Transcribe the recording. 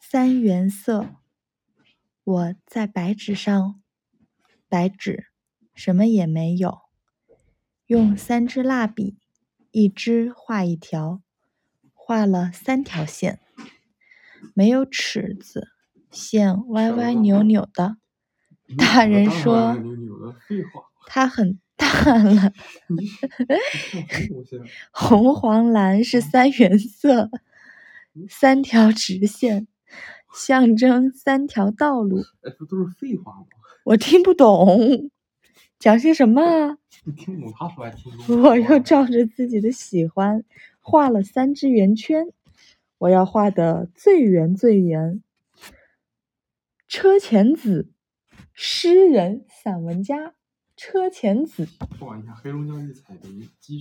三原色，我在白纸上，白纸什么也没有，用三支蜡笔，一支画一条，画了三条线，没有尺子，线歪歪扭扭的。大人说废话，它很大了，你是你看什么东西啊？红黄蓝是三原色，三条直线象征三条道路。哎，不都是废话吗？我听不懂，讲些什么啊？ 你听不懂他说还听不懂。我又照着自己的喜欢画了三只圆圈，我要画的最圆最圆。车前子，诗人、散文家车前子。报一下黑龙江一彩民基